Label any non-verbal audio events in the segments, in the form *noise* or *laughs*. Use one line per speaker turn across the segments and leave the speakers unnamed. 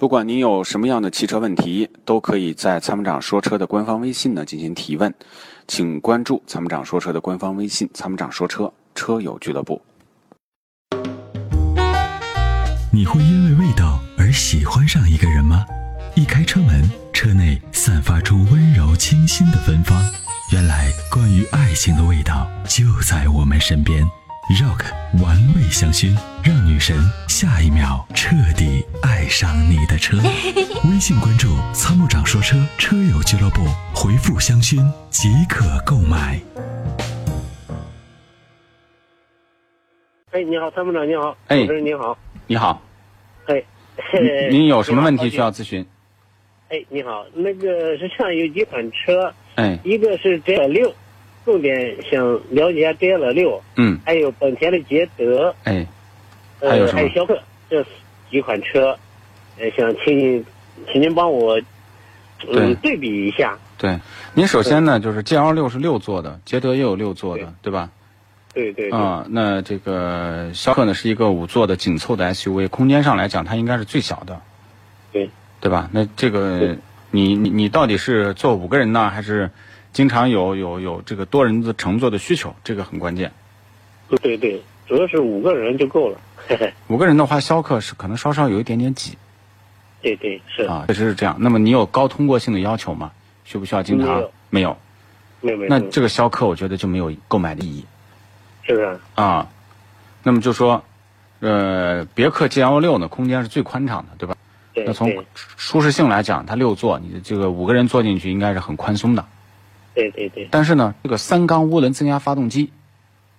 不管您有什么样的汽车问题，都可以在参谋长说车的官方微信呢进行提问，请关注参谋长说车的官方微信“参谋长说车车友俱乐部
你会因为味道而喜欢上一个人吗？一开车门，车内散发出温柔清新的芬芳。原来，关于爱情的味道就在我们身边。Rock 玩味香薰，让女神下一秒彻底爱上你的车。微信关注“参谋长说车”车友俱乐部，回复“香薰”即可购买。
哎，你好，参谋长，你好，
哎
主持人你好，”。
你好，
哎，
您您有什么问题需
*laughs*
要？咨询？
哎，你好，那个是这样，有几款车，
哎，
一个是 J 六，重点想了解一下 J 六，
嗯，
还有本田的捷德，
哎，还有
呃，
什么
还有逍客这几款车，呃，想请你，请您帮我，
对
嗯，对比一下，
对，您首先呢就是 G L 六是六座的，捷德也有六座的，对吧？
对对对，
啊、那这个逍客呢是一个五座的紧凑的 SUV，空间上来讲它应该是最小的，
对
对吧？那这个
对
你你你到底是坐五个人呢，还是经常有有有这个多人的乘坐的需求？这个很关键。
对对，主要是五个人就够了， *laughs* 嘿嘿，
五个人的话，逍客是可能稍稍有一点点挤
对对是，
啊，确实是这样。那么你有高通过性的要求吗？需不需要经常？
没有
没有
没有没有，
那
没有
这个逍客我觉得就没有购买的意义。
是不是？
啊，那么就说，呃，别克 GL 六呢，空间是最宽敞的，对吧？
对
那从
对
舒适性来讲，它六座，你这个五个人坐进去应该是很宽松的。
对对对
但是呢，这个三缸涡轮增压发动机，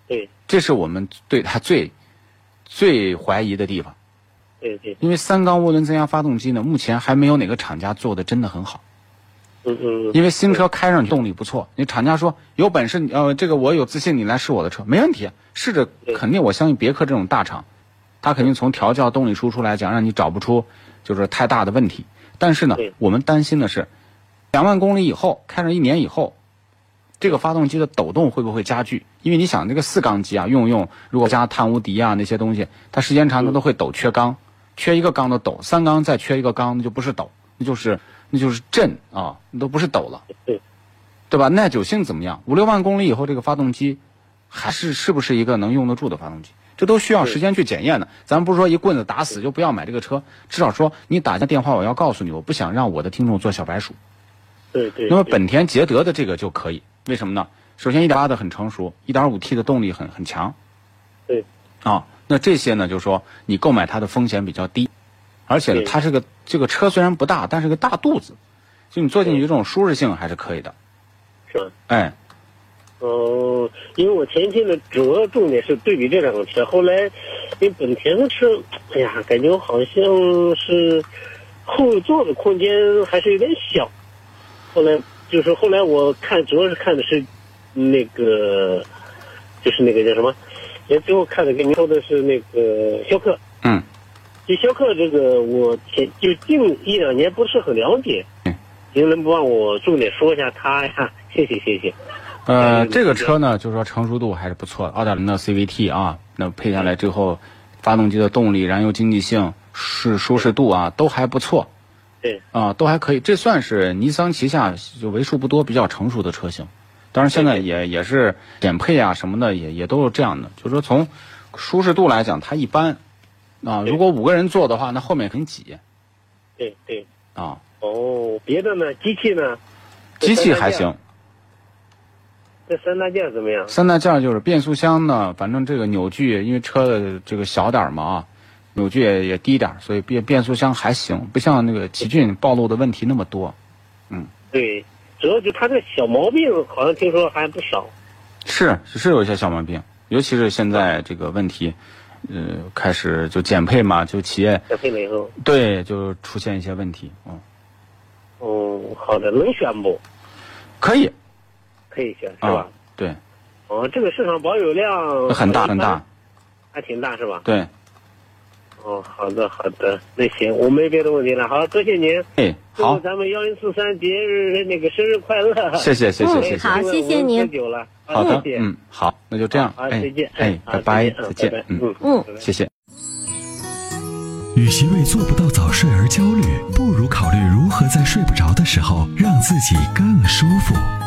对
这是我们对它最最怀疑的地方，
对对，
因为三缸涡轮增压发动机呢，目前还没有哪个厂家做的真的很好。
嗯嗯，
因为新车开上去动力不错，你厂家说有本事，你呃，这个我有自信，你来试我的车，没问题，试着
对
肯定，我相信别克这种大厂，它肯定从调教、动力输出来讲，让你找不出就是太大的问题。但是呢
对，
我们担心的是，两万公里以后，开上一年以后，这个发动机的抖动会不会加剧？因为你想，这个四缸机啊，用用如果加碳无敌啊那些东西，它时间长它都会抖缺缸，缺一个缸都抖，三缸再缺一个缸那就不是抖，那就是那就是震啊，那都不是抖了，
对
对吧？耐久性怎么样？五六万公里以后，这个发动机还是是不是一个能用得住的发动机？这都需要时间去检验的。咱不是说一棍子打死就不要买这个车，至少说你打进电话，我要告诉你，我不想让我的听众做小白鼠。
对对，
那么
对
本田捷德的这个就可以，为什么呢？首先，一点八的很成熟，一点五 T 的动力很很强。
对。
啊，那这些呢，就是说你购买它的风险比较低，而且呢，
对
它是个这个车虽然不大，但是个大肚子，就你坐进去这种舒适性还是可以的。
是吧？
哎，
哦，因为我前期呢，主要重点是对比这两个车，后来因为本田的车，哎呀，感觉好像是后座的空间还是有点小。后来就是后来我看，主要是看的是那个，就是那个叫什么？也最后看的跟您说的是那个逍客。
嗯，
就逍客这个，我前就近一两年不是很了解
嗯，
您能帮我重点说一下它呀？谢谢谢谢。
呃，
嗯
这个车呢，就是说成熟度还是不错的，二点零的 CVT 啊，那配下来之后，发动机的动力、燃油经济性、是舒适度啊，都还不错。
对，
啊，都还可以，这算是尼桑旗下就为数不多比较成熟的车型。当然，现在
对对
也也是减配啊什么的，也也都是这样的。就是说，从舒适度来讲，它一般啊。
对
如果五个人坐的话，那后面很挤
对对。
啊。
哦，别的呢？机器呢？
机器还行，
这三大件怎么样？
三大件儿就是变速箱呢，反正这个扭矩，因为车的这个小点儿嘛啊，扭矩也也低点儿，所以变变速箱还行，不像那个奇骏暴露的问题那么多。
对，主要就它这小毛病，好像听说还不少。
是是有一些小毛病，尤其是现在这个问题，呃，开始就减配嘛，就企业
再配了以后，
对就出现一些问题，嗯，
哦，好的，能选不？
可以
可以选是
啊
吧？，
对，
哦，这个市场保有量
很大很大，，
还挺大是吧？
对，
哦，好的好的，那行，我没别的问题了。好，多谢您，
哎，
祝
好，
咱们幺零四三节日那个生日快乐。哎
谢谢谢谢
嗯
谢谢，
好谢谢您
喝酒了，啊
好的
谢，谢
嗯，好，那就这样，
好，
哎
再见，
哎，
啊
拜拜，
再
再
见
见，
嗯
嗯，
嗯，拜拜
谢谢。
与其为做不到早睡而焦虑，不如考虑如何在睡不着的时候让自己更舒服。